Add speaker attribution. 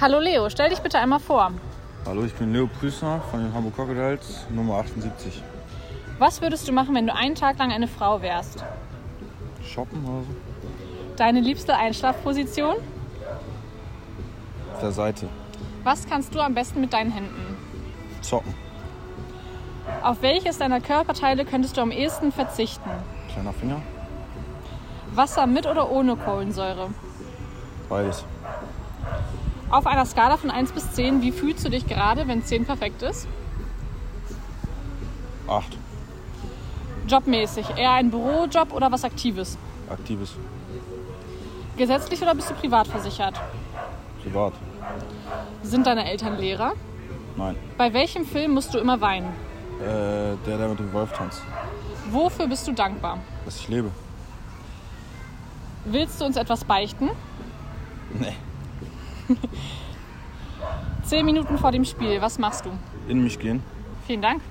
Speaker 1: Hallo Leo, stell dich bitte einmal vor.
Speaker 2: Hallo, ich bin Leo Prüßner von den Hamburg Crocodiles, Nummer 78.
Speaker 1: Was würdest du machen, wenn du einen Tag lang eine Frau wärst?
Speaker 2: Shoppen oder so?
Speaker 1: Deine liebste Einschlafposition?
Speaker 2: Auf der Seite.
Speaker 1: Was kannst du am besten mit deinen Händen?
Speaker 2: Zocken.
Speaker 1: Auf welches deiner Körperteile könntest du am ehesten verzichten?
Speaker 2: Kleiner Finger.
Speaker 1: Wasser mit oder ohne Kohlensäure?
Speaker 2: Beides.
Speaker 1: Auf einer Skala von 1 bis 10, wie fühlst du dich gerade, wenn 10 perfekt ist?
Speaker 2: Acht.
Speaker 1: Jobmäßig, eher ein Bürojob oder was Aktives?
Speaker 2: Aktives.
Speaker 1: Gesetzlich oder bist du privat versichert?
Speaker 2: Privat.
Speaker 1: Sind deine Eltern Lehrer?
Speaker 2: Nein.
Speaker 1: Bei welchem Film musst du immer weinen?
Speaker 2: Äh, der, der mit dem Wolf tanzt.
Speaker 1: Wofür bist du dankbar?
Speaker 2: Dass ich lebe.
Speaker 1: Willst du uns etwas beichten?
Speaker 2: Nee.
Speaker 1: Zehn Minuten vor dem Spiel, was machst du?
Speaker 2: In mich gehen.
Speaker 1: Vielen Dank.